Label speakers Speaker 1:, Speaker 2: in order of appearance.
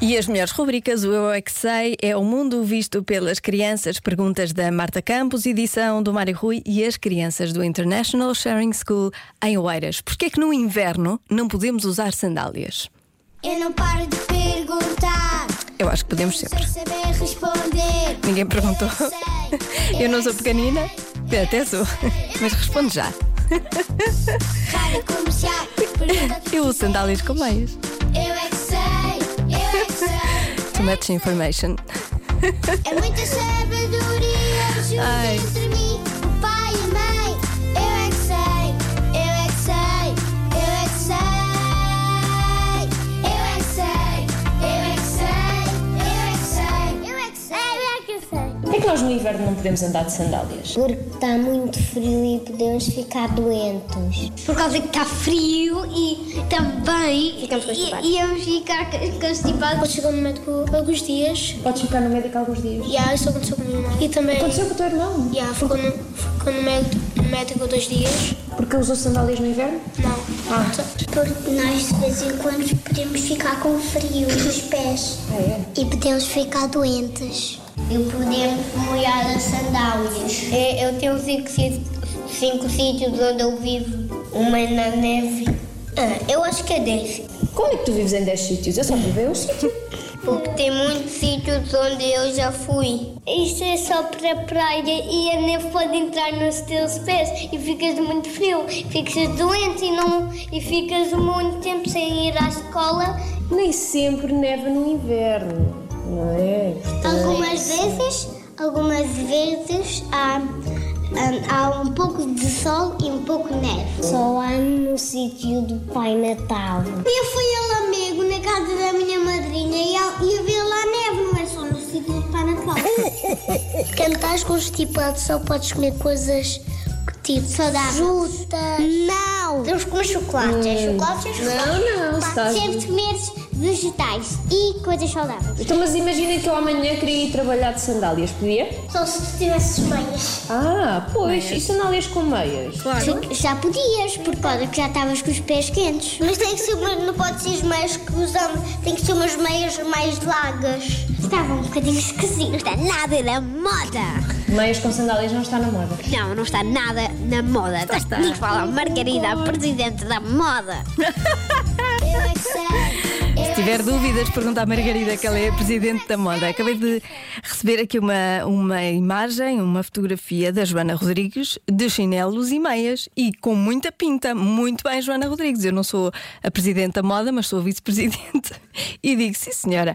Speaker 1: E as melhores rubricas, o Eu É Que Sei, é o mundo visto pelas crianças. Perguntas da Marta Campos, edição do Mário Rui e as crianças do International Sharing School em Oeiras. Porquê é que no inverno não podemos usar sandálias?
Speaker 2: Eu não paro de perguntar.
Speaker 1: Eu acho que podemos
Speaker 2: Sem
Speaker 1: sempre.
Speaker 2: saber responder.
Speaker 1: Ninguém perguntou.
Speaker 2: Eu sei,
Speaker 1: Eu não
Speaker 2: eu
Speaker 1: sou pequenina?
Speaker 2: sei, eu é
Speaker 1: Até sou.
Speaker 2: sei.
Speaker 1: Mas responde já.
Speaker 2: Rádio comercial. pergunta dos
Speaker 1: Eu uso sandálias com meias.
Speaker 2: ouvintes. Eu é que sei. Eu é que sei.
Speaker 1: Too much information.
Speaker 2: É muita sabedoria
Speaker 1: Ai.
Speaker 2: junto entre mim, o pai e a mãe. Eu é que sei, eu é que sei, eu é que sei. Eu é que sei, eu é que sei, eu é que sei. Eu é que sei, eu é que sei.
Speaker 3: Porquê é que nós no inverno não podemos andar de sandálias?
Speaker 2: Porque está muito frio e podemos ficar doentes. Por causa que está frio e também. Ficamos constipados. Íamos ficar constipados. Pode chegar um médico alguns dias.
Speaker 3: Podes ficar no médico alguns dias.
Speaker 2: E yeah, isso aconteceu com o meu irmão. E também.
Speaker 3: Aconteceu com o teu irmão?
Speaker 2: Yeah, ficou no, ficou no médico, no médico dois dias?
Speaker 3: Porque usou sandálias no inverno?
Speaker 2: Não.
Speaker 3: Ah.
Speaker 2: Porque nós de vez em quando podemos ficar com frio nos pés.
Speaker 3: Ah, é?
Speaker 2: E podemos ficar doentes. E podemos molhar as sandálias. É, Eu tenho um cinco, si- cinco sítios onde eu vivo. Uma é na neve. eu acho que é desse.
Speaker 3: Como é que tu vives em 10 sítios? Eu só vivo em um sítio.
Speaker 2: Porque tem muitos sítios onde eu já fui. Isto é só para a praia e a neve pode entrar nos teus pés e ficas muito frio, ficas doente e, não, e ficas muito tempo sem ir à escola.
Speaker 3: Nem sempre neva no inverno, não é?
Speaker 2: Algumas vezes, algumas vezes há, há um pouco de sol e um pouco de neve. Só há no sítio do Pai Natal. Eu fui a Lamego na casa da minha madrinha e ela- e havia lá neve, não é só no sítio do Pai Natal. Quando estás constipado só podes comer coisas que tipo saudáveis. Frutas. Não. Temos que comer chocolates. chocolates é
Speaker 3: chocolate. não, Pá, está- sempre
Speaker 2: comer vegetais e coisas saudáveis.
Speaker 3: Então, mas imagina que eu amanhã queria ir trabalhar de sandálias, podia?
Speaker 2: Só se tivesse meias.
Speaker 3: Ah, pois, e sandálias com meias?
Speaker 2: Já podias, por causa que já estavas com os pés quentes. Mas tem que ser, uma- não pode ser as meias que usamos, tem que ser umas meias mais largas. Estava um bocadinho esquisito.
Speaker 4: Não está nada
Speaker 2: é
Speaker 4: na moda.
Speaker 3: Meias com sandálias não está na moda.
Speaker 4: Não, não está nada na moda. Está. Diz fala Margarida, a presidente da moda.
Speaker 2: Eu é que sei. é
Speaker 1: Se tiver dúvidas, pergunta à Margarida, que ela é a presidente da moda. Acabei de receber aqui uma, uma imagem, uma fotografia da Joana Rodrigues de chinelos e meias e com muita pinta. Muito bem, Joana Rodrigues. Eu não sou a presidente da moda, mas sou a vice-presidente. E digo, sim, senhora.